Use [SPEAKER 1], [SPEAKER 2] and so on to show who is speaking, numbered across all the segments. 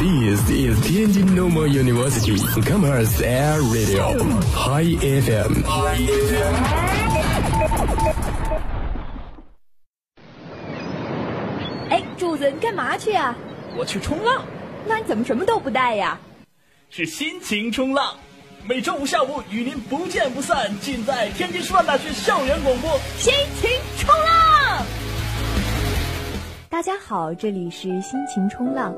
[SPEAKER 1] This is Tianjin Normal University Commerce Air Radio High FM。
[SPEAKER 2] 哎，柱子，你干嘛去啊？
[SPEAKER 3] 我去冲浪，
[SPEAKER 2] 那你怎么什么都不带呀？
[SPEAKER 3] 是心情冲浪。每周五下午与您不见不散，尽在天津师范大学校园广播。
[SPEAKER 2] 心情冲浪。大家好，这里是心情冲浪，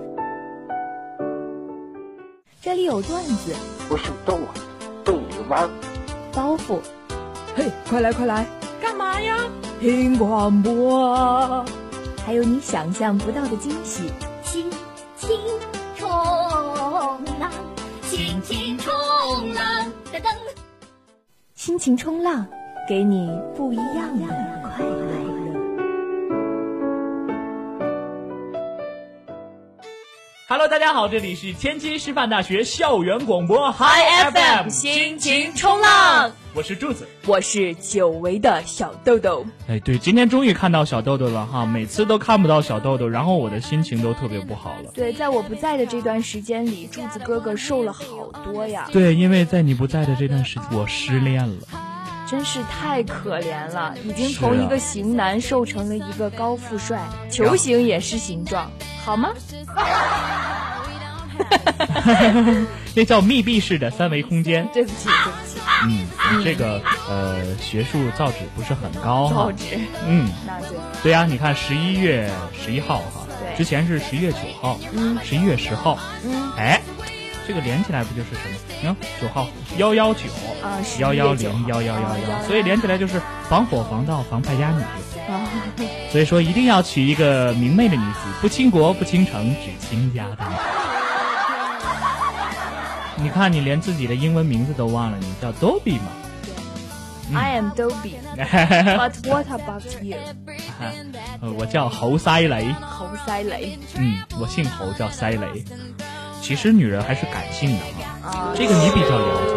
[SPEAKER 2] 这里有段子、
[SPEAKER 4] 不是动啊，动你玩儿。
[SPEAKER 2] 包袱、
[SPEAKER 5] 嘿，快来快来，干嘛呀？听广播啊！
[SPEAKER 2] 还有你想象不到的惊喜。
[SPEAKER 6] 心情冲浪，心情冲浪，噔噔。
[SPEAKER 2] 心情冲浪，给你不一样的快乐。
[SPEAKER 3] Hello，大家好，这里是天津师范大学校园广播 Hi FM，
[SPEAKER 5] 心情冲浪，
[SPEAKER 3] 我是柱子。
[SPEAKER 5] 我是久违的小豆豆，
[SPEAKER 3] 哎，对，今天终于看到小豆豆了哈，每次都看不到小豆豆，然后我的心情都特别不好了。
[SPEAKER 5] 对，在我不在的这段时间里，柱子哥哥瘦了好多呀，
[SPEAKER 3] 对，因为在你不在的这段时间，我失恋了。
[SPEAKER 5] 真是太可怜了，已经
[SPEAKER 3] 是
[SPEAKER 5] 从
[SPEAKER 3] 啊
[SPEAKER 5] 一个型男瘦成了一个高富帅，球形也是形状，好吗？
[SPEAKER 3] 那叫密闭式的三维空间，
[SPEAKER 5] 对不起，对不起，
[SPEAKER 3] 嗯，你这个呃学术造诣不是很高
[SPEAKER 5] 报
[SPEAKER 3] 哈，
[SPEAKER 5] 纸，
[SPEAKER 3] 嗯，
[SPEAKER 5] 那对，
[SPEAKER 3] 对呀、你看十一月十一号哈，
[SPEAKER 5] 对
[SPEAKER 3] 之前是十一月九号，
[SPEAKER 5] 嗯
[SPEAKER 3] 十一月十号，
[SPEAKER 5] 嗯，
[SPEAKER 3] 哎，这个连起来不就是什么？你看九号幺幺九
[SPEAKER 5] 啊11
[SPEAKER 3] 幺幺
[SPEAKER 5] 9
[SPEAKER 3] 零幺幺幺
[SPEAKER 5] 啊
[SPEAKER 3] 幺，所以连起来就是防火防盗防败家女。
[SPEAKER 5] 啊，
[SPEAKER 3] 所以说一定要娶一个明媚的女子，不倾国不倾城，只倾家 荡产。你看，你连自己的英文名字都忘了，你叫 Dobby 嘛？
[SPEAKER 5] I am Dobby，but what about you？
[SPEAKER 3] 呃我叫侯塞雷，
[SPEAKER 5] 侯赛雷
[SPEAKER 3] 嗯，我姓侯，叫塞雷。其实女人还是感性的哈，
[SPEAKER 5] 啊，
[SPEAKER 3] 这个你比较了解。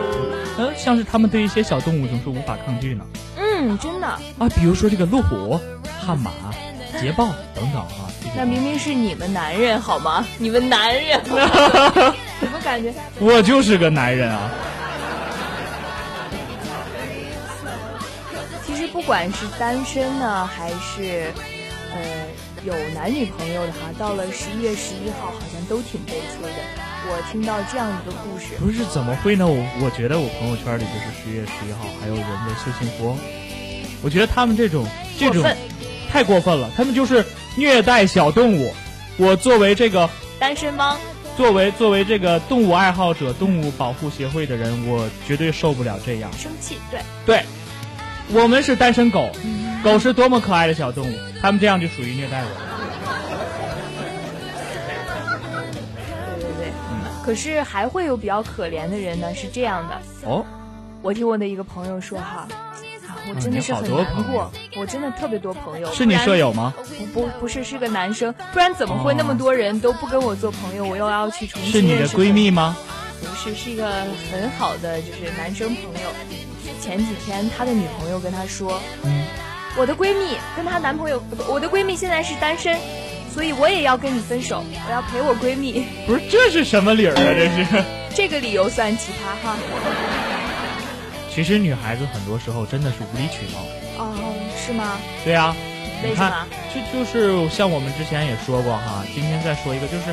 [SPEAKER 3] 呃，像是他们对一些小动物总是无法抗拒呢。
[SPEAKER 5] 嗯，真的，
[SPEAKER 3] 啊，比如说这个路虎、悍马、捷豹等等啊。这
[SPEAKER 5] 那
[SPEAKER 3] 个
[SPEAKER 5] 明明是你们男人好吗？你们男人， 怎么感觉？
[SPEAKER 3] 我就是个男人啊。
[SPEAKER 5] 其实不管是单身呢，还是呃有男女朋友的哈，到了十一月十一号，好像都挺悲催的。我听到这样一个故事，
[SPEAKER 3] 不是怎么会呢？我我觉得我朋友圈里就是十月十一号，还有人在秀幸福，我觉得他们这种这
[SPEAKER 5] 过
[SPEAKER 3] 种
[SPEAKER 5] 分
[SPEAKER 3] 太过分了，他们就是虐待小动物。我作为这个
[SPEAKER 5] 单身汪
[SPEAKER 3] 作为作为这个动物爱好者、动物保护协会的人，我绝对受不了这样。
[SPEAKER 5] 生气，对，
[SPEAKER 3] 对，我们是单身狗，狗是多么可爱的小动物，他们这样就属于虐待我。
[SPEAKER 5] 对对对。嗯
[SPEAKER 3] 嗯
[SPEAKER 5] 可是还会有比较可怜的人呢，是这样的，
[SPEAKER 3] 哦，
[SPEAKER 5] 我听我的一个朋友说哈，啊，我真的是很
[SPEAKER 3] 哦你好多
[SPEAKER 5] 难
[SPEAKER 3] 朋
[SPEAKER 5] 过
[SPEAKER 3] 友，
[SPEAKER 5] 我真的特别多朋友，
[SPEAKER 3] 是你
[SPEAKER 5] 不然
[SPEAKER 3] 舍友吗？哦
[SPEAKER 5] 不不不是，是个男生，不然怎么会那么多人都不跟我做朋友？我又要去重新
[SPEAKER 3] 是你的
[SPEAKER 5] 认识
[SPEAKER 3] 闺蜜吗？
[SPEAKER 5] 他？不是，是一个很好的就是男生朋友。前几天他的女朋友跟他说，
[SPEAKER 3] 嗯
[SPEAKER 5] 我的闺蜜跟她男朋友，我的闺蜜现在是单身，所以我也要跟你分手，我要陪我闺蜜。
[SPEAKER 3] 不是，这是什么理儿啊？这是。
[SPEAKER 5] 这个理由算奇葩哈。
[SPEAKER 3] 其实女孩子很多时候真的是无理取闹。
[SPEAKER 5] 哦，是吗？
[SPEAKER 3] 对啊，
[SPEAKER 5] 为
[SPEAKER 3] 你
[SPEAKER 5] 什
[SPEAKER 3] 看
[SPEAKER 5] 么？
[SPEAKER 3] 这就是像我们之前也说过哈，今天再说一个，就是，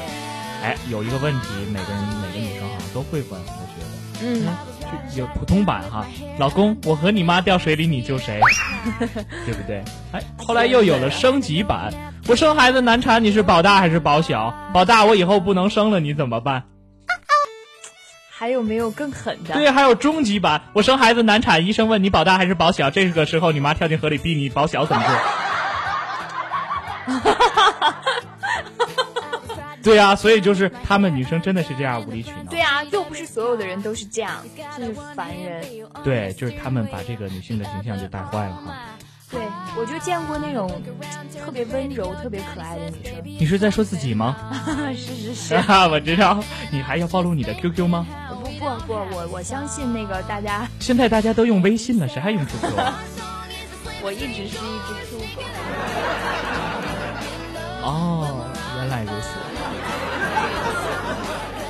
[SPEAKER 3] 哎，有一个问题，每个人每个女生好像都会问，我觉得，
[SPEAKER 5] 嗯，
[SPEAKER 3] 就有普通版哈，老公，我和你妈掉水里，你救谁？对不对？哎，后来又有了升级版，我生孩子难产，你是保大还是保小？保大我以后不能生了，你怎么办？
[SPEAKER 5] 还有没有更狠的？
[SPEAKER 3] 对，还有终极版，我生孩子难产，医生问你保大还是保小，这个时候你妈跳进河里逼你保小怎么做？对啊，所以就是她们女生真的是这样无理取闹
[SPEAKER 5] 对。啊，又不是所有的人都是这样，就是烦人。
[SPEAKER 3] 对，就是她们把这个女性的形象就带坏了哈。
[SPEAKER 5] 对，我就见过那种特别温柔、特别可爱的女生。
[SPEAKER 3] 你是在说自己吗？
[SPEAKER 5] 是是是，
[SPEAKER 3] 啊，我知道。你还要暴露你的 QQ 吗？
[SPEAKER 5] 不不不，我我相信那个大家，
[SPEAKER 3] 现在大家都用微信了，谁还用 QQ？啊
[SPEAKER 5] 我一直是一只 Q 狗。
[SPEAKER 3] 哦，原来如此。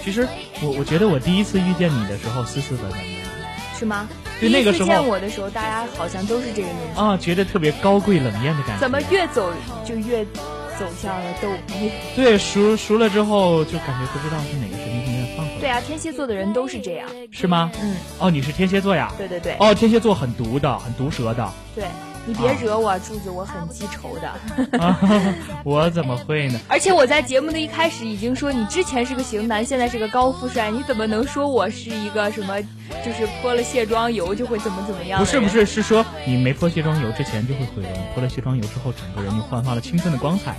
[SPEAKER 3] 其实我我觉得我第一次遇见你的时候斯斯文文的
[SPEAKER 5] 是吗？
[SPEAKER 3] 对那个时
[SPEAKER 5] 第
[SPEAKER 3] 候
[SPEAKER 5] 一次见我的时候，大家好像都是这个年纪，
[SPEAKER 3] 啊，觉得特别高贵冷艳的感觉。
[SPEAKER 5] 怎么越走就越走向了逗逼？
[SPEAKER 3] 对熟熟了之后就感觉不知道是哪个神经病在放火，
[SPEAKER 5] 对啊，天蝎座的人都是这样。
[SPEAKER 3] 是吗？
[SPEAKER 5] 嗯，
[SPEAKER 3] 哦，你是天蝎座呀？
[SPEAKER 5] 对对对，
[SPEAKER 3] 哦，啊天蝎座很毒的，很毒 舌的。
[SPEAKER 5] 对你别惹我，柱子，我很记仇的。
[SPEAKER 3] 啊，我怎么会呢？
[SPEAKER 5] 而且我在节目的一开始已经说，你之前是个型男，现在是个高富帅，你怎么能说我是一个什么，就是泼了卸妆油就会怎么怎么样？
[SPEAKER 3] 不是不，是，是说你没泼卸妆油之前就会毁容，泼了卸妆油之后，整个人就焕发了青春的光彩。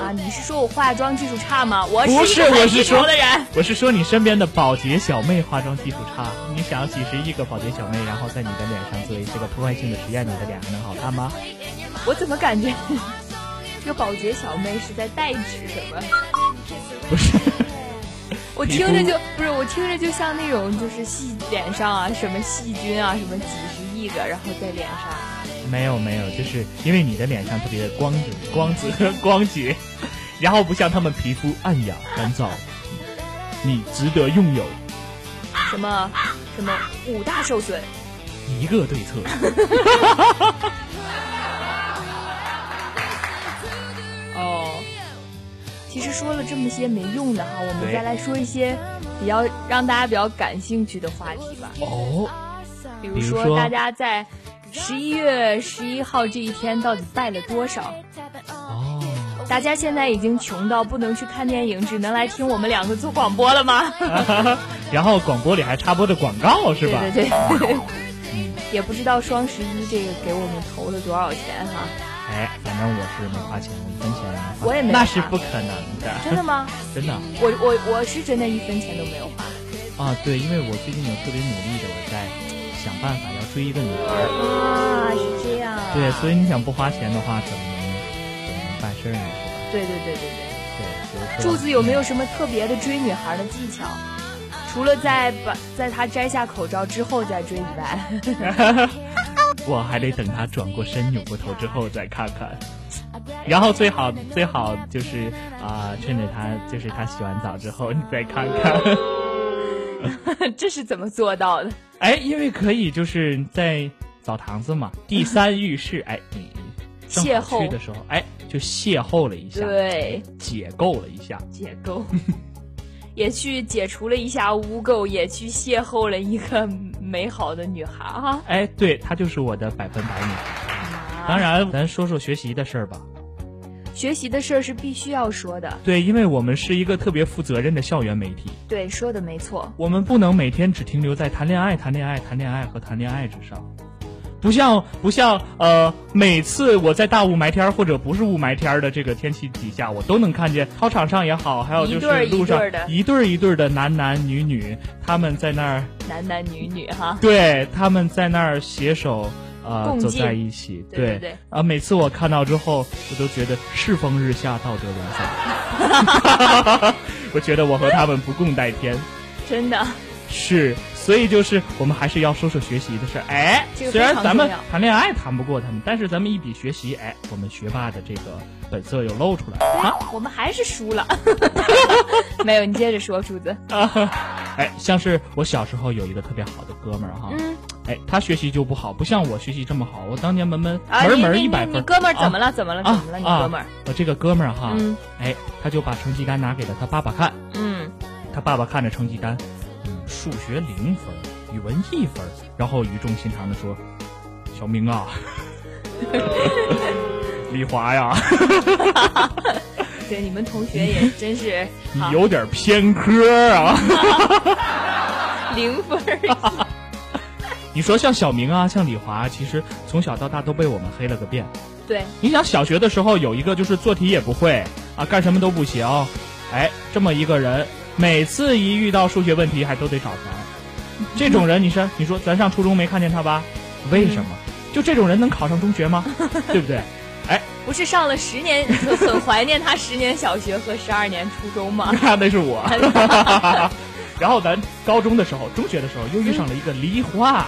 [SPEAKER 5] 啊，你是说我化妆技术差吗？我
[SPEAKER 3] 不
[SPEAKER 5] 是
[SPEAKER 3] 是，
[SPEAKER 5] 一个
[SPEAKER 3] 我
[SPEAKER 5] 很
[SPEAKER 3] 是
[SPEAKER 5] 记
[SPEAKER 3] 说
[SPEAKER 5] 仇的人。，
[SPEAKER 3] 我是说你身边的保洁小妹化妆技术差。你想几十亿个保洁小妹，然后在你的脸上做一些个破坏性的实验，你的脸还能好看吗？
[SPEAKER 5] 我怎么感觉这个保洁小妹是在代指什么？
[SPEAKER 3] 不是，
[SPEAKER 5] 我
[SPEAKER 3] 皮
[SPEAKER 5] 听着
[SPEAKER 3] 肤
[SPEAKER 5] 就不是，我听着就像那种就是细脸上啊，什么细菌啊，什么几十亿个，然后在脸上。
[SPEAKER 3] 没有没有，就是因为你的脸上特别的光泽、光泽、光洁， 然后不像他们皮肤暗哑、干燥，你值得拥有
[SPEAKER 5] 什么什么五大受损，
[SPEAKER 3] 一个对 策。
[SPEAKER 5] 哦，其实说了这么些没用的哈，我们
[SPEAKER 3] 对
[SPEAKER 5] 再来说一些比较让大家比较感兴趣的话题吧，
[SPEAKER 3] 哦，
[SPEAKER 5] 比如
[SPEAKER 3] 比如说
[SPEAKER 5] 大家在十一月十一号这一天到底拜了多少？
[SPEAKER 3] 哦，
[SPEAKER 5] 大家现在已经穷到不能去看电影，只能来听我们两个做广播了吗？
[SPEAKER 3] 然后广播里还插播着广告是吧？
[SPEAKER 5] 对对对，也不知道双十一这个给我们投了多少钱哈、
[SPEAKER 3] 哎，反正我是没花钱，我一分钱没花。
[SPEAKER 5] 我也没
[SPEAKER 3] 那是
[SPEAKER 5] 花
[SPEAKER 3] 不可能的，
[SPEAKER 5] 真的吗？
[SPEAKER 3] 真的
[SPEAKER 5] 我我我是真的一分钱都没有花。
[SPEAKER 3] 啊！对，因为我最近有特别努力的，我在想办法要追一个女孩儿。
[SPEAKER 5] 啊，是这样、啊
[SPEAKER 3] 对，所以你想不花钱的话，怎么能怎么能办事儿呢？是吧？
[SPEAKER 5] 对对对对对。
[SPEAKER 3] 对，比如说
[SPEAKER 5] 柱子有没有什么特别的追女孩的技巧？除了在把在她摘下口罩之后再追以外，
[SPEAKER 3] 我还得等他转过身、扭过头之后再看看。然后最好最好就是啊、趁着他就是他洗完澡之后你再看看。
[SPEAKER 5] 这是怎么做到的？
[SPEAKER 3] 哎，因为可以就是在澡堂子嘛，第三浴室，哎，你正
[SPEAKER 5] 嗯邂
[SPEAKER 3] 好
[SPEAKER 5] 逅
[SPEAKER 3] 去的时候，哎，就邂逅了一下，
[SPEAKER 5] 对，
[SPEAKER 3] 解构了一下，
[SPEAKER 5] 解构， 也去解除了一下污垢，也去邂逅了一个美好的女孩哈、
[SPEAKER 3] 哎，对，她就是我的百分百女孩。
[SPEAKER 5] 啊
[SPEAKER 3] 当然，咱说说学习的事儿吧。
[SPEAKER 5] 学习的事儿是必须要说的，
[SPEAKER 3] 对，因为我们是一个特别负责任的校园媒体，
[SPEAKER 5] 对，说的没错。
[SPEAKER 3] 我们不能每天只停留在谈恋爱、谈恋爱、谈恋爱和谈恋爱之上。不像不像呃，每次我在大雾霾天儿或者不是雾霾天儿的这个天气底下，我都能看见操场上也好，还有就
[SPEAKER 5] 一对儿
[SPEAKER 3] 是
[SPEAKER 5] 一
[SPEAKER 3] 路上
[SPEAKER 5] 对儿的
[SPEAKER 3] 一对儿一对儿的男男女女，他们在那儿
[SPEAKER 5] 男男女女哈，
[SPEAKER 3] 对，他们在那儿携手呃
[SPEAKER 5] 共
[SPEAKER 3] 走
[SPEAKER 5] 进
[SPEAKER 3] 在一起，
[SPEAKER 5] 对对对
[SPEAKER 3] 啊、每次我看到之后，我都觉得世风日下，道德沦 丧。 我觉得我和他们不共戴天。
[SPEAKER 5] 真的
[SPEAKER 3] 是，所以就是我们还是要说说学习的事儿。哎，
[SPEAKER 5] 这个
[SPEAKER 3] 虽
[SPEAKER 5] 非
[SPEAKER 3] 然
[SPEAKER 5] 常
[SPEAKER 3] 咱们
[SPEAKER 5] 重要
[SPEAKER 3] 谈恋爱谈不过他们，但是咱们一比学习，哎，我们学霸的这个本色又露出来了啊。
[SPEAKER 5] 我们还是输了。 没有，你接着说，柱子。
[SPEAKER 3] 哎，像是我小时候有一个特别好的哥们儿哈，
[SPEAKER 5] 嗯
[SPEAKER 3] 哎，他学习就不好，不像我学习这么好。我当年门门
[SPEAKER 5] 啊，
[SPEAKER 3] 门
[SPEAKER 5] 你
[SPEAKER 3] 门
[SPEAKER 5] 你
[SPEAKER 3] 一百
[SPEAKER 5] 你
[SPEAKER 3] 分。
[SPEAKER 5] 你哥们儿怎么
[SPEAKER 3] 了？
[SPEAKER 5] 了？怎么了？怎
[SPEAKER 3] 啊
[SPEAKER 5] 么了？你
[SPEAKER 3] 啊
[SPEAKER 5] 哥们儿？
[SPEAKER 3] 我这个哥们儿哈，
[SPEAKER 5] 嗯
[SPEAKER 3] 哎，他就把成绩单拿给了他爸爸看，
[SPEAKER 5] 嗯，
[SPEAKER 3] 他爸爸看着成绩单，嗯，数学零分，语文一分，然后语重心长的说：“小明啊，李华呀，
[SPEAKER 5] 对，你们同学也真 是啊
[SPEAKER 3] 你
[SPEAKER 5] 好
[SPEAKER 3] 嗯有点偏科啊。
[SPEAKER 5] 零分儿。
[SPEAKER 3] 你说像小明啊，像李华，其实从小到大都被我们黑了个遍。
[SPEAKER 5] 对，
[SPEAKER 3] 你想小学的时候有一个就是做题也不会啊，干什么都不行，哎，这么一个人，每次一遇到数学问题还都得找茬，这种人你说你说咱上初中没看见他吧？为什么？就这种人能考上中学吗？对不对？
[SPEAKER 5] 不是上了十年，就 很怀念他十年小学和十二年初中吗？
[SPEAKER 3] 那那是我，然后咱高中的时候、中学的时候又遇上了一个梨花，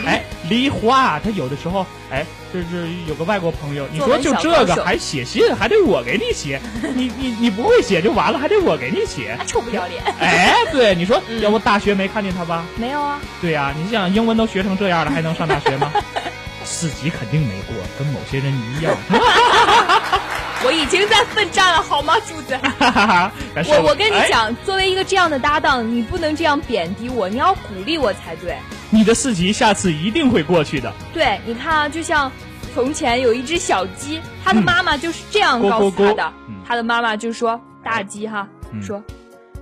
[SPEAKER 5] 嗯
[SPEAKER 3] 哎，梨花，他有的时候，哎，就是有个外国朋友，你说就这
[SPEAKER 5] 作文小高
[SPEAKER 3] 个
[SPEAKER 5] 手
[SPEAKER 3] 还写信，还得我给你写，你你你不会写就完了，还得我给你写
[SPEAKER 5] 啊，，臭不要 脸！
[SPEAKER 3] 哎，对，你说
[SPEAKER 5] 嗯
[SPEAKER 3] 要不大学没看见他吧？
[SPEAKER 5] 没有啊，
[SPEAKER 3] 对呀、你想英文都学成这样了，还能上大学吗？四级肯定没过，跟某些人一样。
[SPEAKER 5] 我已经在奋战了，好吗，柱 子？
[SPEAKER 3] 哈哈哈，咱说
[SPEAKER 5] 我我跟你
[SPEAKER 3] 哎
[SPEAKER 5] 讲，作为一个这样的搭档，你不能这样贬低我，你要鼓励我才对。
[SPEAKER 3] 你的四级下次一定会过去的。
[SPEAKER 5] 对，你看啊，就像从前有一只小鸡，它的
[SPEAKER 3] 嗯
[SPEAKER 5] 妈妈就是这样
[SPEAKER 3] 咕咕
[SPEAKER 5] 告诉它
[SPEAKER 3] 咕
[SPEAKER 5] 的
[SPEAKER 3] 嗯，
[SPEAKER 5] 它的妈妈就说：“大鸡哈，
[SPEAKER 3] 嗯
[SPEAKER 5] 说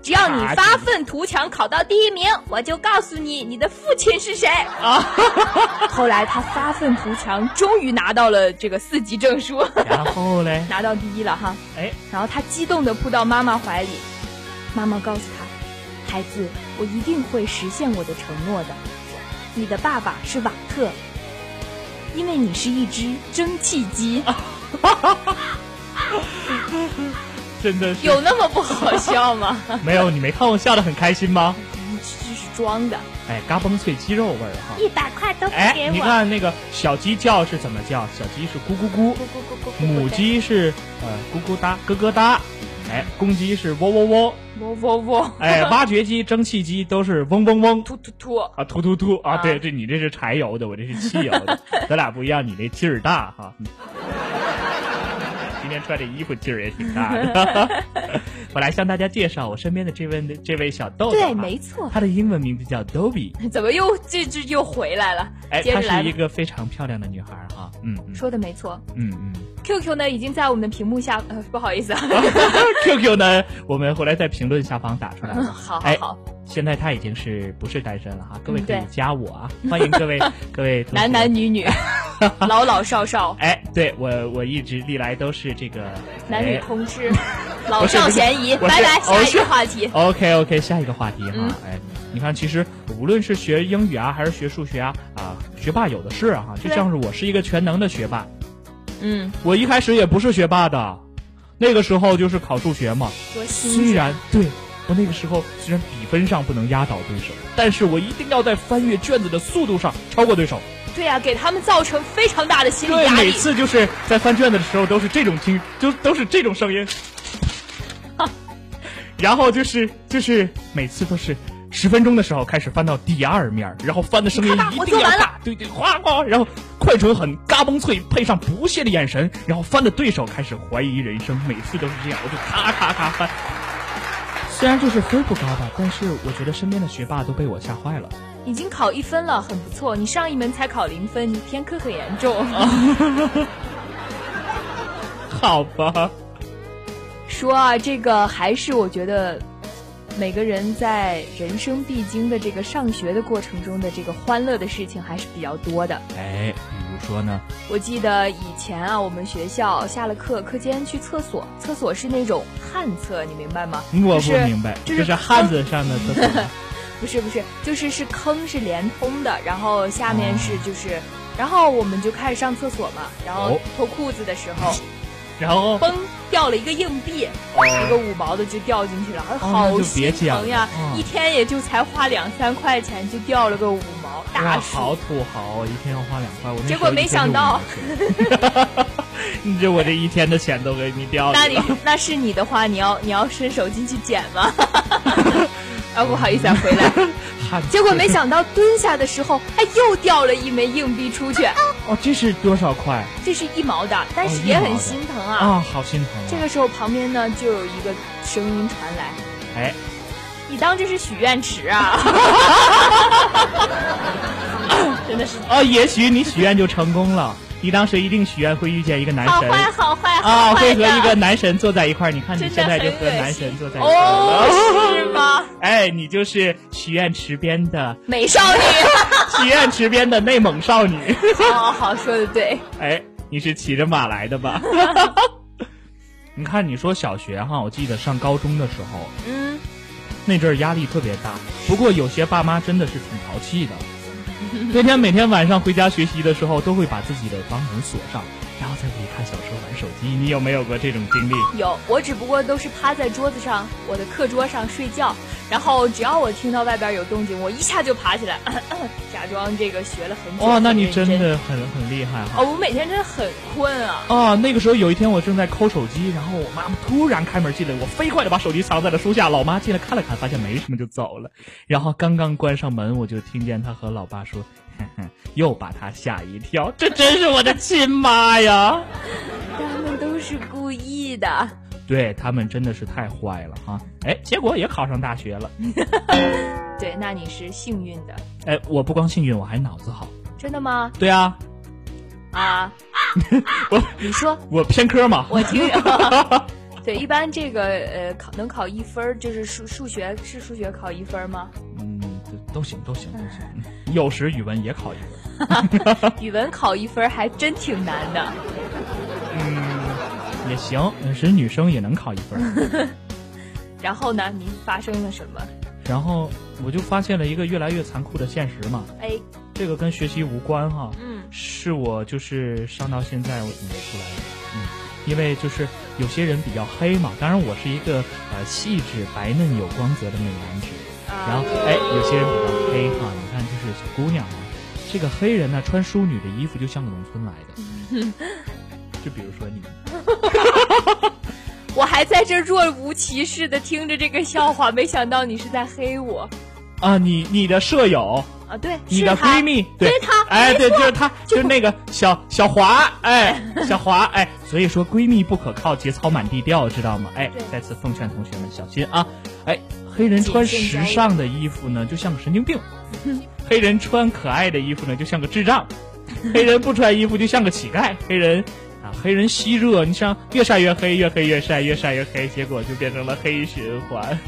[SPEAKER 5] 只要你
[SPEAKER 3] 大
[SPEAKER 5] 发
[SPEAKER 3] 鸡
[SPEAKER 5] 愤图强考到第一名，我就告诉你你的父亲是 谁。”
[SPEAKER 3] 啊，
[SPEAKER 5] 后来他发愤图强，终于拿到了这个四级证书，
[SPEAKER 3] 然后嘞，
[SPEAKER 5] 拿到第一了哈。
[SPEAKER 3] 哎，
[SPEAKER 5] 然后他激动地扑到妈妈怀里，妈妈告诉他：“孩子，我一定会实现我的承诺的。你的爸爸是瓦特，因为你是一只蒸汽机。
[SPEAKER 3] 真的 是
[SPEAKER 5] 有那么不好笑吗？
[SPEAKER 3] 没有你没看我笑得很开心吗？
[SPEAKER 5] 这是装的，
[SPEAKER 3] 哎，嘎嘣脆鸡肉味儿哈。
[SPEAKER 6] 一百块都不
[SPEAKER 3] 哎，
[SPEAKER 6] 给
[SPEAKER 3] 你
[SPEAKER 6] 我，
[SPEAKER 3] 看那个小鸡叫是怎么叫？小鸡是咕咕咕，母鸡是呃咕咕哒咯咯哒，哎，公鸡是喔喔喔，
[SPEAKER 5] 喔喔喔，
[SPEAKER 3] 哎，挖掘机、蒸汽机都是嗡嗡嗡。
[SPEAKER 5] 突突突。
[SPEAKER 3] 啊，突突突啊！
[SPEAKER 5] 啊
[SPEAKER 3] 对，这你这是柴油的，我这是汽油 的，咱俩不一样，你那劲儿大哈。 嗯今天穿这衣服劲儿也挺大 的。 我来向大家介绍我身边的这位这位小豆豆、啊，
[SPEAKER 5] 对，没 错。
[SPEAKER 3] 她的英文名字叫 Dobby，
[SPEAKER 5] 怎么又这这又回来了？
[SPEAKER 3] 哎，
[SPEAKER 5] 接
[SPEAKER 3] 她
[SPEAKER 5] 着来
[SPEAKER 3] 是
[SPEAKER 5] 吧
[SPEAKER 3] 一个非常漂亮的女孩儿哈、嗯嗯
[SPEAKER 5] 说的没错
[SPEAKER 3] 嗯嗯。
[SPEAKER 5] ，QQ 呢已经在我们的屏幕下，呃，不好意思啊。
[SPEAKER 3] QQ 呢，我们回来在评论下方打出来
[SPEAKER 5] 嗯
[SPEAKER 3] 吧。
[SPEAKER 5] 好好
[SPEAKER 3] 哎
[SPEAKER 5] 好，
[SPEAKER 3] 现在她已经是不是单身了哈、各位
[SPEAKER 5] 嗯
[SPEAKER 3] 可以
[SPEAKER 5] 对
[SPEAKER 3] 加我啊，欢迎各 位各位同学
[SPEAKER 5] 男男女 女，老老少少，
[SPEAKER 3] 哎，对我我一直历来都是这个
[SPEAKER 5] 男女
[SPEAKER 3] 哎
[SPEAKER 5] 通 吃，老少咸宜。
[SPEAKER 3] 我
[SPEAKER 5] 拜
[SPEAKER 3] 是
[SPEAKER 5] 拜，
[SPEAKER 3] 我
[SPEAKER 5] 下
[SPEAKER 3] 是
[SPEAKER 5] 一个话题。
[SPEAKER 3] OK OK，下一个话题哈，
[SPEAKER 5] 嗯
[SPEAKER 3] 哎，你看，其实无论是学英语啊，还是学数学啊，啊，学霸有的是哈、就
[SPEAKER 5] 对
[SPEAKER 3] 像是我是一个全能的学霸，
[SPEAKER 5] 嗯，
[SPEAKER 3] 我一开始也不是学霸的，那个时候就是考数学嘛，
[SPEAKER 5] 多新
[SPEAKER 3] 虽
[SPEAKER 5] 鲜。
[SPEAKER 3] 然对我那个时候虽然比分上不能压倒对手，但是我一定要在翻阅卷子的速度上超过对手，
[SPEAKER 5] 对呀、给他们造成非常大的心理
[SPEAKER 3] 对，
[SPEAKER 5] 压
[SPEAKER 3] 每
[SPEAKER 5] 力。
[SPEAKER 3] 次就是在翻卷子的时候都是这种听，就都是这种声 音，然后就是就是每次都是十分钟的时候开始翻到第二面，然后翻的声音
[SPEAKER 5] 你看吧
[SPEAKER 3] 一
[SPEAKER 5] 我
[SPEAKER 3] 定
[SPEAKER 5] 做
[SPEAKER 3] 要
[SPEAKER 5] 完了
[SPEAKER 3] 大，对对，哗哗，然后快准狠，嘎嘣脆，配上不屑的眼神，然后翻的对手开始怀疑人生，每次都是这样，我就咔咔咔翻。虽然就是分不高吧，但是我觉得身边的学霸都被我吓坏了。
[SPEAKER 5] 已经考一分了，很不错。你上一门才考零分，你偏科很严重。
[SPEAKER 3] 哦好吧，
[SPEAKER 5] 说啊，这个还是我觉得每个人在人生必经的这个上学的过程中的这个欢乐的事情还是比较多的。
[SPEAKER 3] 哎，比如说呢，
[SPEAKER 5] 我记得以前啊，我们学校下了课，课间去厕所，厕所是那种旱厕，你明白吗？就
[SPEAKER 3] 我不
[SPEAKER 5] 是
[SPEAKER 3] 明白，
[SPEAKER 5] 就
[SPEAKER 3] 这
[SPEAKER 5] 是
[SPEAKER 3] 是汉子上的厕 所吗。
[SPEAKER 5] 不是不是，就是是坑是连通的，然后下面是就是，然后我们就开始上厕所嘛，然后
[SPEAKER 3] 哦
[SPEAKER 5] 脱裤子的时候，
[SPEAKER 3] 然后
[SPEAKER 5] 嘣掉了一个硬币，一个五毛的就掉进去了，哎
[SPEAKER 3] 哦那
[SPEAKER 5] 好
[SPEAKER 3] 就别
[SPEAKER 5] 心
[SPEAKER 3] 讲
[SPEAKER 5] 疼呀
[SPEAKER 3] 了，嗯
[SPEAKER 5] 一天也就才花两三块钱就掉了个五毛，
[SPEAKER 3] 哇
[SPEAKER 5] 大
[SPEAKER 3] 好
[SPEAKER 5] 数。
[SPEAKER 3] 土豪，一天要花两块，我那
[SPEAKER 5] 结
[SPEAKER 3] 时候
[SPEAKER 5] 果没
[SPEAKER 3] 一天
[SPEAKER 5] 想
[SPEAKER 3] 就
[SPEAKER 5] 到
[SPEAKER 3] 5毛钱， 你这我这一天的钱都给你掉了。
[SPEAKER 5] 那你那是你的话，你要你要伸手进去捡 吗？啊，不好意思啊，回来。
[SPEAKER 3] 汉
[SPEAKER 5] 结果没想到蹲下的时候，哎，又掉了一枚硬币出去，
[SPEAKER 3] 哦，这是多少块
[SPEAKER 5] 这是一毛的，但是
[SPEAKER 3] 哦
[SPEAKER 5] 也
[SPEAKER 3] 一毛
[SPEAKER 5] 很
[SPEAKER 3] 的
[SPEAKER 5] 心疼啊。
[SPEAKER 3] 啊？好心疼啊！
[SPEAKER 5] 这个时候旁边呢就有一个声音传来
[SPEAKER 3] 哎，：“
[SPEAKER 5] 你当这是许愿池啊？”真的是
[SPEAKER 3] 哦，也许你许愿就成功了，你当时一定许愿会遇见一个男
[SPEAKER 5] 好
[SPEAKER 3] 神
[SPEAKER 5] 坏好坏
[SPEAKER 3] 啊，
[SPEAKER 5] 好坏
[SPEAKER 3] 会和
[SPEAKER 5] 的，
[SPEAKER 3] 一个男神坐在一块儿。你看你
[SPEAKER 5] 真的
[SPEAKER 3] 现在
[SPEAKER 5] 很
[SPEAKER 3] 就和
[SPEAKER 5] 恶
[SPEAKER 3] 男神
[SPEAKER 5] 心
[SPEAKER 3] 坐在一块儿了，
[SPEAKER 5] 哦，是吗？
[SPEAKER 3] 哎，你就是许愿池边的
[SPEAKER 5] 美少 女，
[SPEAKER 3] 许愿池边的内蒙少女。
[SPEAKER 5] 好好好，说的对，
[SPEAKER 3] 哎，你是骑着马来的吧？ 你看，你说小学哈，我记得上高中的时候，
[SPEAKER 5] 嗯，
[SPEAKER 3] 那阵儿压力特别大。不过有些爸妈真的是挺淘气的，那天每天晚上回家学习的时候，都会把自己的房门锁上，然后再回去看小说、玩手机。你有没有过这种经历？
[SPEAKER 5] 有，我只不过都是趴在桌子上，我的课桌上睡觉，然后只要我听到外边有动静，我一下就爬起来， 咳咳假装这个学了很久。
[SPEAKER 3] 哇、那你
[SPEAKER 5] 很
[SPEAKER 3] 真
[SPEAKER 5] 认
[SPEAKER 3] 的很很厉害哈！
[SPEAKER 5] 哦，我每天真的很困啊。
[SPEAKER 3] 啊，那个时候有一天我正在抠手机，然后我妈妈突然开门进来，我飞快的把手机藏在了书下。老妈进来看了看，发现没什么就走了。然后刚刚关上门，我就听见她和老爸说：“哼哼，又把她吓一跳，这真是我的亲妈呀
[SPEAKER 5] 他们都是故意的。！”
[SPEAKER 3] 对他们真的是太坏了哈！哎，结果也考上大学了。
[SPEAKER 5] 对，那你是幸运的，
[SPEAKER 3] 哎，我不光幸运，我还脑子好。
[SPEAKER 5] 真的吗？
[SPEAKER 3] 对啊，
[SPEAKER 5] 啊，
[SPEAKER 3] 我
[SPEAKER 5] 你说，
[SPEAKER 3] 我偏科嘛。
[SPEAKER 5] 我听。 对，一般这个呃考能考一分儿，就是数数学是数学考一分儿 吗？
[SPEAKER 3] 嗯，都都行，都行，都行。嗯有时语文也考一分。
[SPEAKER 5] 语文考一分儿还真挺难的。
[SPEAKER 3] 也行，有时女生也能考一分儿。
[SPEAKER 5] 然后呢，你发生了什么？
[SPEAKER 3] 然后我就发现了一个越来越残酷的现实嘛，
[SPEAKER 5] 哎，
[SPEAKER 3] 这个跟学习无关哈，
[SPEAKER 5] 嗯，
[SPEAKER 3] 是我就是上到现在我怎么出来的，嗯，因为就是有些人比较黑嘛，当然我是一个呃细致白嫩有光泽的美男子，
[SPEAKER 5] 呃
[SPEAKER 3] 然后哎有些人比较黑哈，你看就是小姑娘啊，这个黑人呢穿淑女的衣服就像个农村来的，就比如说你。
[SPEAKER 5] 我还在这儿若无其事的听着这个笑话，没想到你是在黑我
[SPEAKER 3] 啊，你你的舍友，
[SPEAKER 5] 啊！对，
[SPEAKER 3] 你
[SPEAKER 5] 是
[SPEAKER 3] 的
[SPEAKER 5] 他
[SPEAKER 3] 闺蜜，
[SPEAKER 5] 对她
[SPEAKER 3] 哎，
[SPEAKER 5] 没
[SPEAKER 3] 对，
[SPEAKER 5] 错
[SPEAKER 3] 就是她，就是那个小小华， 哎，小华，哎，所以说闺蜜不可靠，节操满地掉，知道吗？哎
[SPEAKER 5] 对，
[SPEAKER 3] 再次奉劝同学们小心啊！哎，黑人穿时尚的衣服呢，就像个神经病；
[SPEAKER 5] 嗯
[SPEAKER 3] 黑人穿可爱的衣服呢，就像个智 障；黑人不穿衣服就像个乞丐；黑人。啊，黑人吸热，你像越晒越黑，越黑越晒，越晒越黑，结果就变成了黑循环。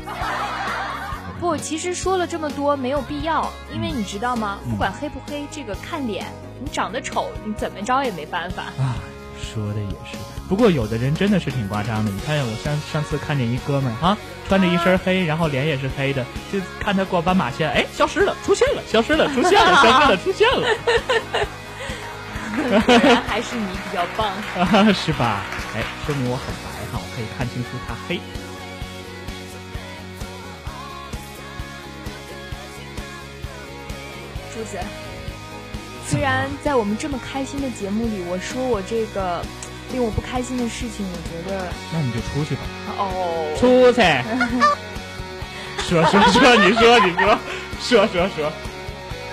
[SPEAKER 5] 不，其实说了这么多没有必要，因为你知道吗？
[SPEAKER 3] 嗯
[SPEAKER 5] 不管黑不黑，这个看脸，你长得丑，你怎么着也没办 法。
[SPEAKER 3] 啊，说的也是。不过有的人真的是挺夸张的，你看我上上次看见一哥们儿哈、穿着一身黑，然后脸也是黑的，就看他过斑马线，哎，消失了，出现了，消失了，出现了，消失了，出现了，
[SPEAKER 5] 果然还是你比较棒。
[SPEAKER 3] 啊，是吧？哎，说明我很白哈，我可以看清楚他黑。
[SPEAKER 5] 柱子，虽然在我们这么开心的节目里，我说我这个令我不开心的事情，我觉得
[SPEAKER 3] 那你就出去吧，
[SPEAKER 5] 哦，
[SPEAKER 3] 出去。说说说，你说你说，说说说。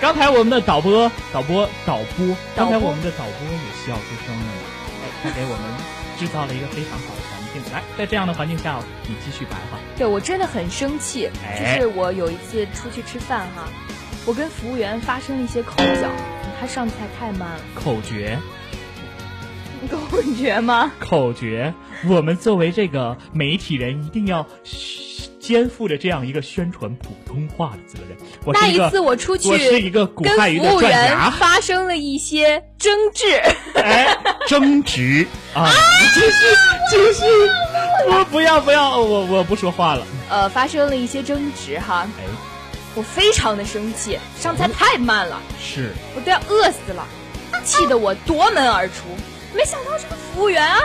[SPEAKER 3] 刚才我们的导播导播导播，刚才我们的导播也笑出声了，哎，他给我们制造了一个非常好的环境。来，在这样的环境下，你继续白话。
[SPEAKER 5] 对我真的很生气。
[SPEAKER 3] 哎
[SPEAKER 5] 就是我有一次出去吃饭哈，我跟服务员发生了一些口角，他上菜太慢了，
[SPEAKER 3] 口诀，
[SPEAKER 5] 你够混觉吗？
[SPEAKER 3] 口诀，我们作为这个媒体人，一定要肩负着这样一个宣传普通话的责任。我
[SPEAKER 5] 那
[SPEAKER 3] 是一个，
[SPEAKER 5] 次我出去
[SPEAKER 3] 我是一个古
[SPEAKER 5] 跟
[SPEAKER 3] 汉语
[SPEAKER 5] 服
[SPEAKER 3] 的
[SPEAKER 5] 务
[SPEAKER 3] 转
[SPEAKER 5] 员
[SPEAKER 3] 牙，
[SPEAKER 5] 发生了一些争执，
[SPEAKER 3] 哎，争执啊，继续继续，我不要不要，我我不说话了。
[SPEAKER 5] 呃，发生了一些争执哈，
[SPEAKER 3] 哎，
[SPEAKER 5] 我非常的生气，上菜太慢了，
[SPEAKER 3] 是
[SPEAKER 5] 我都要饿死了，
[SPEAKER 3] 啊
[SPEAKER 5] 气得我夺门而出。没想到这个服务员啊，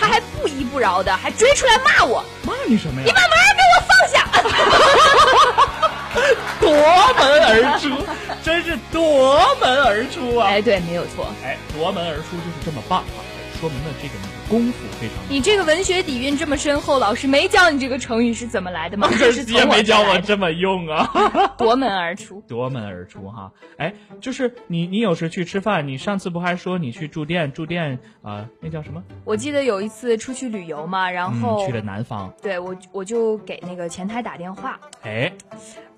[SPEAKER 5] 他还不依不饶的，还追出来骂我，
[SPEAKER 3] 骂你什么呀
[SPEAKER 5] 你？把门儿给我放下。
[SPEAKER 3] 夺门而 出，真是夺门而出啊！
[SPEAKER 5] 哎，对，没有错，
[SPEAKER 3] 哎，夺门而出就是这么棒啊！说明了这个你的功夫非常。
[SPEAKER 5] 你这个文学底蕴这么深厚，老师没教你这个成语是怎么来 的吗？这是从
[SPEAKER 3] 也没教
[SPEAKER 5] 这
[SPEAKER 3] 我
[SPEAKER 5] 来的
[SPEAKER 3] 这么用啊！
[SPEAKER 5] 夺门而出。
[SPEAKER 3] 夺门而出哈！哎，就是你，你有时去吃饭，你上次不还说你去住店，住店啊、呃那叫什么？
[SPEAKER 5] 我记得有一次出去旅游嘛，然后、
[SPEAKER 3] 嗯、去了南方。
[SPEAKER 5] 对我我就给那个前台打电话，
[SPEAKER 3] 哎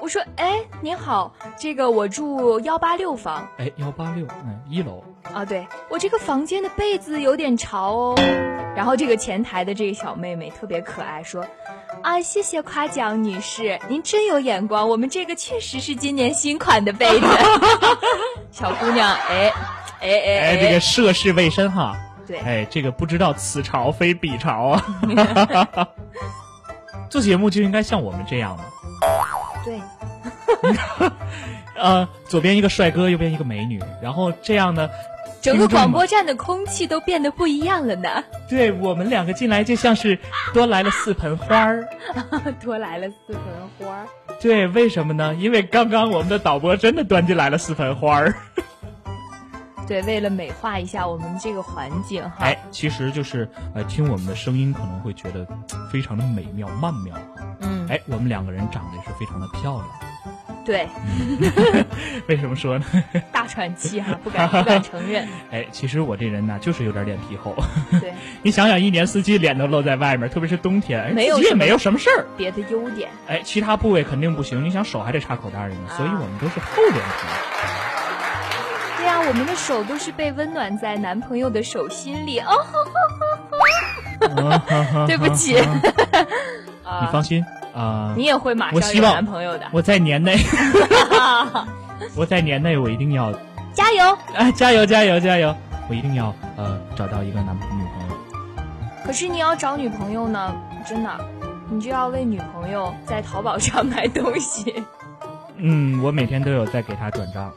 [SPEAKER 5] 我说：“哎，您好，这个我住幺八六房
[SPEAKER 3] 哎，幺八六，嗯，一楼。
[SPEAKER 5] 啊，对我这个房间的被子有点潮哦。”然后这个前台的这个小妹妹特别可爱，说：“啊，谢谢夸奖，女士，您真有眼光，我们这个确实是今年新款的 被子。” 小姑娘，哎，哎哎
[SPEAKER 3] 哎，这个涉世未深哈。
[SPEAKER 5] 对
[SPEAKER 3] 哎，这个不知道此潮非彼潮啊。 做节目就应该像我们这样嘛。
[SPEAKER 5] 对，
[SPEAKER 3] 呃，左边一个帅哥，右边一个美女，然后这样呢，
[SPEAKER 5] 整个
[SPEAKER 3] 听众
[SPEAKER 5] 广播
[SPEAKER 3] 们
[SPEAKER 5] 站的空气都变得不一样了呢。
[SPEAKER 3] 对我们两个进来就像是多来了四盆花儿。
[SPEAKER 5] 多来了四盆花儿，
[SPEAKER 3] 对，为什么呢？因为刚刚我们的导播真的端进来了四盆花儿。
[SPEAKER 5] 对，为了美化一下我们这个环境哈。
[SPEAKER 3] 哎，其实就是呃，听我们的声音可能会觉得嘖非常的美妙曼妙哈。
[SPEAKER 5] 嗯，
[SPEAKER 3] 哎，我们两个人长得也是非常的漂亮。哎
[SPEAKER 5] 对，
[SPEAKER 3] 为什么说呢？
[SPEAKER 5] 大喘气哈，不敢不敢承 认。
[SPEAKER 3] 哎，其实我这人呐，就是有点脸皮厚。
[SPEAKER 5] 对，
[SPEAKER 3] 你想想，一年四季脸都露在外面，特别是冬天，哎
[SPEAKER 5] 没有
[SPEAKER 3] 自己
[SPEAKER 5] 什
[SPEAKER 3] 也
[SPEAKER 5] 么
[SPEAKER 3] 没有什么事儿。
[SPEAKER 5] 别的优点，
[SPEAKER 3] 哎，其他部位肯定不行，你想手还得插口袋里呢，所
[SPEAKER 5] 啊
[SPEAKER 3] 以我们都是厚脸皮。
[SPEAKER 5] 对呀、我们的手都是被温暖在男朋友的手心里 哦。 对不起，
[SPEAKER 3] 你
[SPEAKER 5] 啊，
[SPEAKER 3] 放心啊、
[SPEAKER 5] 你也会马
[SPEAKER 3] 我
[SPEAKER 5] 上
[SPEAKER 3] 希
[SPEAKER 5] 有
[SPEAKER 3] 望
[SPEAKER 5] 男朋友的，
[SPEAKER 3] 我在年内， 我在年内我一定要
[SPEAKER 5] 加油！
[SPEAKER 3] 哎，加油加油加油！我一定要呃找到一个男女朋友。
[SPEAKER 5] 可是你要找女朋友呢，真的，你就要为女朋友在淘宝上买东西，
[SPEAKER 3] 嗯，我每天都有在给他转账。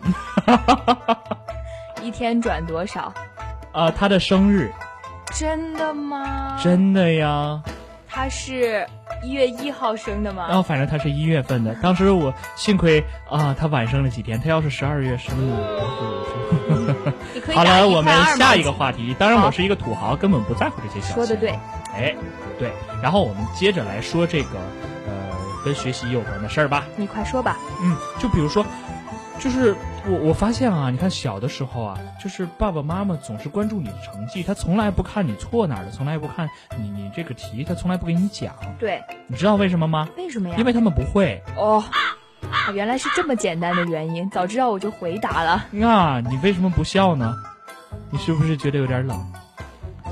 [SPEAKER 5] 一天转多少？
[SPEAKER 3] 啊、他的生日
[SPEAKER 5] 真的吗？
[SPEAKER 3] 真的呀？
[SPEAKER 5] 他是一月一号生的吗？
[SPEAKER 3] 然后反正他是一月份的，当时我幸亏啊、他晚生了几天，他要是十二月生的，我就
[SPEAKER 5] 你可以
[SPEAKER 3] 好
[SPEAKER 5] 打
[SPEAKER 3] 了，
[SPEAKER 5] 一
[SPEAKER 3] 我
[SPEAKER 5] 块
[SPEAKER 3] 们
[SPEAKER 5] 二毛
[SPEAKER 3] 下一
[SPEAKER 5] 钱
[SPEAKER 3] 个话题。当然，我
[SPEAKER 5] 好
[SPEAKER 3] 是一个土豪，根本不在乎这些小钱。
[SPEAKER 5] 说的对，
[SPEAKER 3] 哎，对。然后我们接着来说这个呃跟学习有关的事儿吧。
[SPEAKER 5] 你快说吧。
[SPEAKER 3] 嗯，就比如说，就是我我发现啊，你看小的时候啊，就是爸爸妈妈总是关注你的成绩，他从来不看你错哪儿了，从来不看你你这个题，他从来不给你讲。
[SPEAKER 5] 对，
[SPEAKER 3] 你知道为什么吗？
[SPEAKER 5] 为什么呀？
[SPEAKER 3] 因为他们不会。
[SPEAKER 5] 哦。啊原来是这么简单的原因，早知道我就回答了，
[SPEAKER 3] 啊，你为什么不笑呢？你是不是觉得有点冷？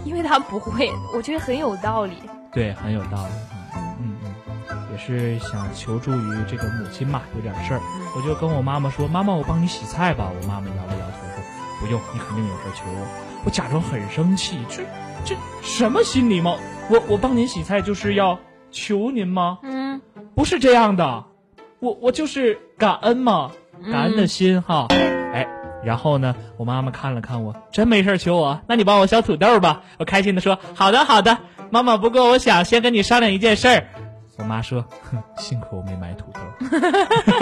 [SPEAKER 5] 因为他不会，我觉得很有道理。
[SPEAKER 3] 对，很有道理。嗯嗯嗯，也是想求助于这个母亲嘛，有点事儿，我就跟我妈妈说：“妈妈，我帮你洗菜吧。”我妈妈摇了摇头说：“不用，你肯定有事儿求我。”我假装很生气，这这什么新礼貌？我我帮您洗菜就是要求您吗？
[SPEAKER 5] 嗯，
[SPEAKER 3] 不是这样的，我我就是感恩嘛，感恩的心哈。哎，然后呢，我妈妈看了看我，真没事儿求我，那你帮我削土豆吧。我开心的说：“好的，好的，妈妈。不过我想先跟你商量一件事儿。”我妈说：“哼，幸亏我没买土豆。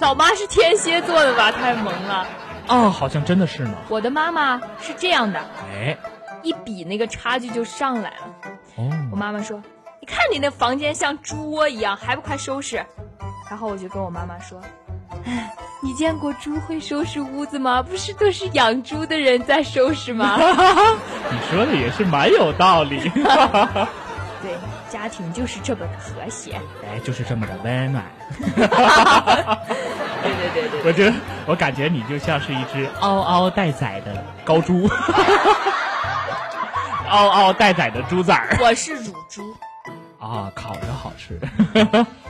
[SPEAKER 5] 老妈是天蝎座的吧？太萌了。”
[SPEAKER 3] 哦，好像真的是呢。
[SPEAKER 5] 我的妈妈是这样的，
[SPEAKER 3] 哎，
[SPEAKER 5] 一比那个差距就上来了。
[SPEAKER 3] 哦，
[SPEAKER 5] 我妈妈说：“你看你那房间像猪窝一样，还不快收拾？”然后我就跟我妈妈说：“哎， 你见过猪会收拾屋子吗？不是都是养猪的人在收拾吗？”
[SPEAKER 3] 你说的也是蛮有道 理。
[SPEAKER 5] 对，家庭就是这么的和谐。
[SPEAKER 3] 哎，就是这么的温 暖。
[SPEAKER 5] 对对对对，
[SPEAKER 3] 我觉得，我感觉你就像是一只嗷嗷待宰的高猪， 嗷嗷待宰的猪崽儿
[SPEAKER 5] 我是乳猪。
[SPEAKER 3] 啊，烤着好吃。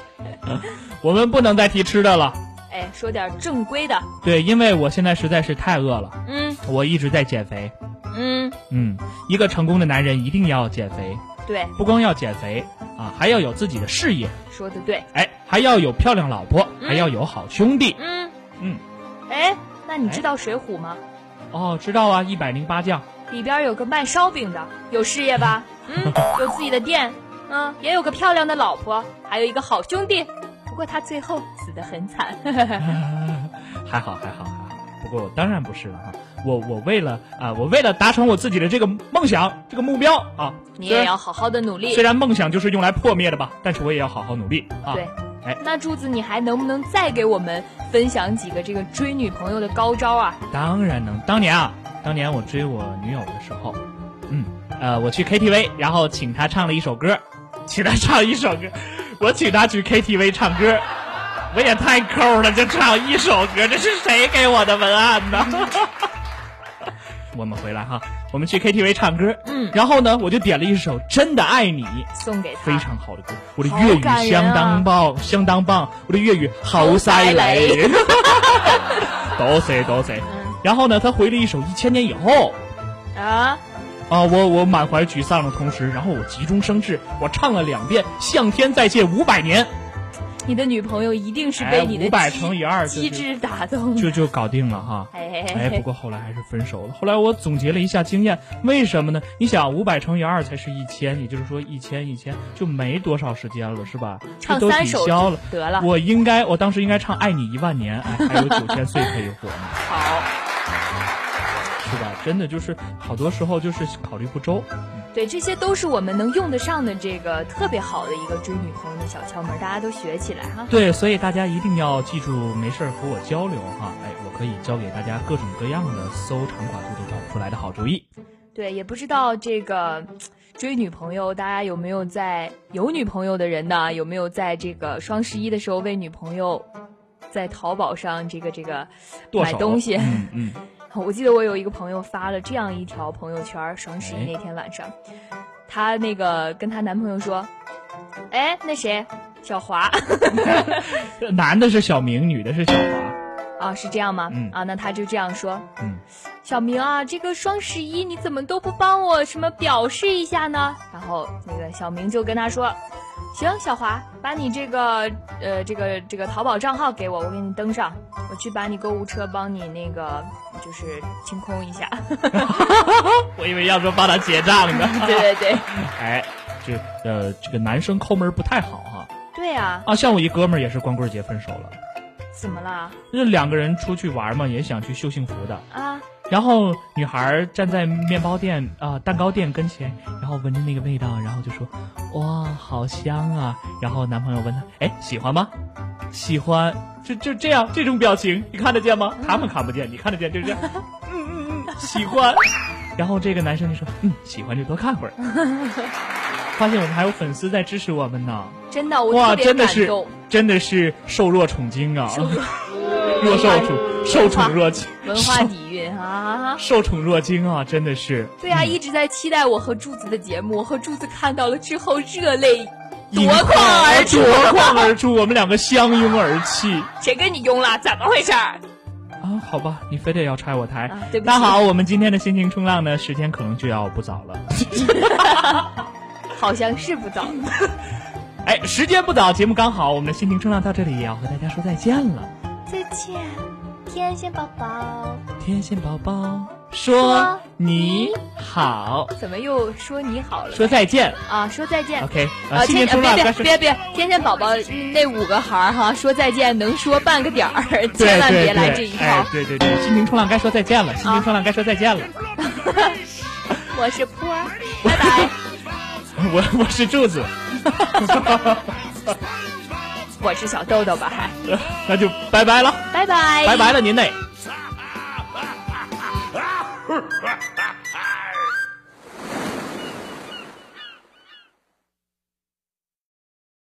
[SPEAKER 3] 我们不能再提吃的了，
[SPEAKER 5] 哎，说点正规的。
[SPEAKER 3] 对，因为我现在实在是太饿了，
[SPEAKER 5] 嗯
[SPEAKER 3] 我一直在减肥。
[SPEAKER 5] 嗯，
[SPEAKER 3] 嗯，一个成功的男人一定要减肥，
[SPEAKER 5] 对，
[SPEAKER 3] 不光要减肥啊，还要有自己的事业，
[SPEAKER 5] 说的对。
[SPEAKER 3] 哎，还要有漂亮老婆，
[SPEAKER 5] 嗯
[SPEAKER 3] 还要有好兄弟。
[SPEAKER 5] 嗯
[SPEAKER 3] 嗯，
[SPEAKER 5] 哎，那你知道《水浒》吗？
[SPEAKER 3] 哦，知道啊，一百零八将。
[SPEAKER 5] 里边有个卖烧饼的，有事业吧？嗯，有自己的店，嗯，也有个漂亮的老婆，还有一个好兄弟。不过他最后死得很惨。
[SPEAKER 3] 还好，还好，还好。不过我当然不是了哈，我我为了啊、我为了达成我自己的这个梦想，这个目标啊，
[SPEAKER 5] 你也
[SPEAKER 3] 虽然
[SPEAKER 5] 要好好的努力
[SPEAKER 3] 虽。然梦想就是用来破灭的吧，但是我也要好好努力啊。
[SPEAKER 5] 对，
[SPEAKER 3] 哎
[SPEAKER 5] 那柱子，你还能不能再给我们分享几个这个追女朋友的高招啊？
[SPEAKER 3] 当然能。当年啊，当年我追我女友的时候，嗯，呃，我去 KTV，然后请她唱了一首歌，请她唱一首歌， 我请她去 KTV 唱歌，我也太抠了，就唱一首歌，这是谁给我的文案呢？ 我们回来哈，我们去 KTV 唱歌，
[SPEAKER 5] 嗯
[SPEAKER 3] 然后呢，我就点了一首《真的爱你》。
[SPEAKER 5] 送给他。
[SPEAKER 3] 非常好的歌，我的
[SPEAKER 5] 好
[SPEAKER 3] 粤语
[SPEAKER 5] 感人啊
[SPEAKER 3] 相当棒，相当棒，我的粤语好犀 利，多谢多谢。
[SPEAKER 5] 嗯
[SPEAKER 3] 然后呢，他回了一首《一千年以后》
[SPEAKER 5] 啊，
[SPEAKER 3] 啊，我我满怀沮丧的同时，然后我急中生智，我唱了两遍《向天再借五百年》，
[SPEAKER 5] 你的女朋友一定是被你的
[SPEAKER 3] 哎五百乘以二
[SPEAKER 5] 机智打动，
[SPEAKER 3] 就就搞定了哈。
[SPEAKER 5] 哎
[SPEAKER 3] 哎，不过后来还是分手了。后来我总结了一下经验，为什么呢？你想，五百乘以二才是一千，也就是说一千一千就没多少时间了，是吧？
[SPEAKER 5] 唱
[SPEAKER 3] 都
[SPEAKER 5] 三
[SPEAKER 3] 抵
[SPEAKER 5] 首
[SPEAKER 3] 消了。
[SPEAKER 5] 得了，
[SPEAKER 3] 我应该，我当时应该唱《爱你一万年》，哎，还有九千岁可以活呢。
[SPEAKER 5] 好，
[SPEAKER 3] 是吧？真的就是好多时候就是考虑不周。
[SPEAKER 5] 对，这些都是我们能用得上的这个特别好的一个追女朋友的小窍门，大家都学起来哈。
[SPEAKER 3] 对，所以大家一定要记住，没事儿和我交流哈。哎，我可以教给大家各种各样的搜长寡妇都找不出来的好主意。
[SPEAKER 5] 对，也不知道这个追女朋友，大家有没有在有女朋友的人呢？有没有在这个双十一的时候为女朋友在淘宝上这个这个
[SPEAKER 3] 剁
[SPEAKER 5] 买
[SPEAKER 3] 手
[SPEAKER 5] 东西？
[SPEAKER 3] 嗯嗯，
[SPEAKER 5] 我记得我有一个朋友发了这样一条朋友圈儿，双十
[SPEAKER 3] 哎
[SPEAKER 5] 一那天晚上，她那个跟她男朋友说：“哎，那谁，小华
[SPEAKER 3] 嗯男的是小明，女的是小华。
[SPEAKER 5] 啊，是这样吗？
[SPEAKER 3] 嗯
[SPEAKER 5] 啊，那他就这样说，
[SPEAKER 3] 嗯，
[SPEAKER 5] 小明啊，这个双十一你怎么都不帮我什么表示一下呢？然后那个小明就跟他说。”行，小华，把你这个呃这个这个淘宝账号给我，我给你登上，我去把你购物车帮你那个就是清空一下。
[SPEAKER 3] 我以为要说帮他结账呢。
[SPEAKER 5] 对对对，
[SPEAKER 3] 哎，这呃，这个男生抠门儿不太好哈。
[SPEAKER 5] 对啊，
[SPEAKER 3] 啊，像我一哥们儿也是光棍节分手了，
[SPEAKER 5] 怎么了
[SPEAKER 3] 就是两个人出去玩嘛，也想去秀幸福的。
[SPEAKER 5] 啊？
[SPEAKER 3] 然后女孩站在面包店啊、蛋糕店跟前，然后闻着那个味道，然后就说：“哇，好香啊！”然后男朋友问她：“哎，喜欢吗？”喜欢，就就这样，这种表情你看得见吗？他们看不见，你看得见，就 是这样。嗯嗯嗯，喜欢。然后这个男生就说：“嗯，喜欢就多看 会儿。”发现我们还有粉丝在支持我们呢，
[SPEAKER 5] 真的，我
[SPEAKER 3] 哇，
[SPEAKER 5] 特别
[SPEAKER 3] 真的
[SPEAKER 5] 感
[SPEAKER 3] 是
[SPEAKER 5] 动。
[SPEAKER 3] 真的是受弱宠惊啊，弱受宠，受宠若惊，
[SPEAKER 5] 文化底蕴啊！
[SPEAKER 3] 受宠若惊啊，真的是。嗯
[SPEAKER 5] 对啊，一直在期待我和柱子的节目，我和柱子看到了之后热泪夺
[SPEAKER 3] 夺
[SPEAKER 5] 眶而出，
[SPEAKER 3] 夺眶而出， 我们两个相拥而泣
[SPEAKER 5] 谁跟你拥了？怎么回事儿？
[SPEAKER 3] 啊！好吧，你非得要拆我台。
[SPEAKER 5] 啊对不起
[SPEAKER 3] 那好，我们今天的心情冲浪呢，时间可能就要不早了。
[SPEAKER 5] 好像是不早。
[SPEAKER 3] 哎，时间不早，节目刚好，我们的心情冲浪到这里也要和大家说再见了。
[SPEAKER 6] 再见，天线宝宝。
[SPEAKER 3] 天线宝宝说
[SPEAKER 6] 说
[SPEAKER 3] 你好，
[SPEAKER 5] 怎么又说你好了
[SPEAKER 3] 说再见。
[SPEAKER 5] 啊？说再见。
[SPEAKER 3] OK，
[SPEAKER 5] 啊，
[SPEAKER 3] 啊，心
[SPEAKER 5] 天
[SPEAKER 3] 情冲浪，
[SPEAKER 5] 别
[SPEAKER 3] 但
[SPEAKER 5] 别
[SPEAKER 3] 是
[SPEAKER 5] 别别，天线宝宝嗯那五个孩儿哈，说再见能说半个点儿，
[SPEAKER 3] 对
[SPEAKER 5] 千万
[SPEAKER 3] 对
[SPEAKER 5] 别来
[SPEAKER 3] 对
[SPEAKER 5] 这一
[SPEAKER 3] 哎
[SPEAKER 5] 套。
[SPEAKER 3] 对对对，心情冲浪该说再见了，心情冲浪该说再见了。
[SPEAKER 5] 啊我是坡儿，拜 拜。
[SPEAKER 3] 我 我是柱子，
[SPEAKER 5] 我是小豆豆吧，还
[SPEAKER 3] 那就拜拜了，
[SPEAKER 5] 拜拜，
[SPEAKER 3] 拜拜了您嘞。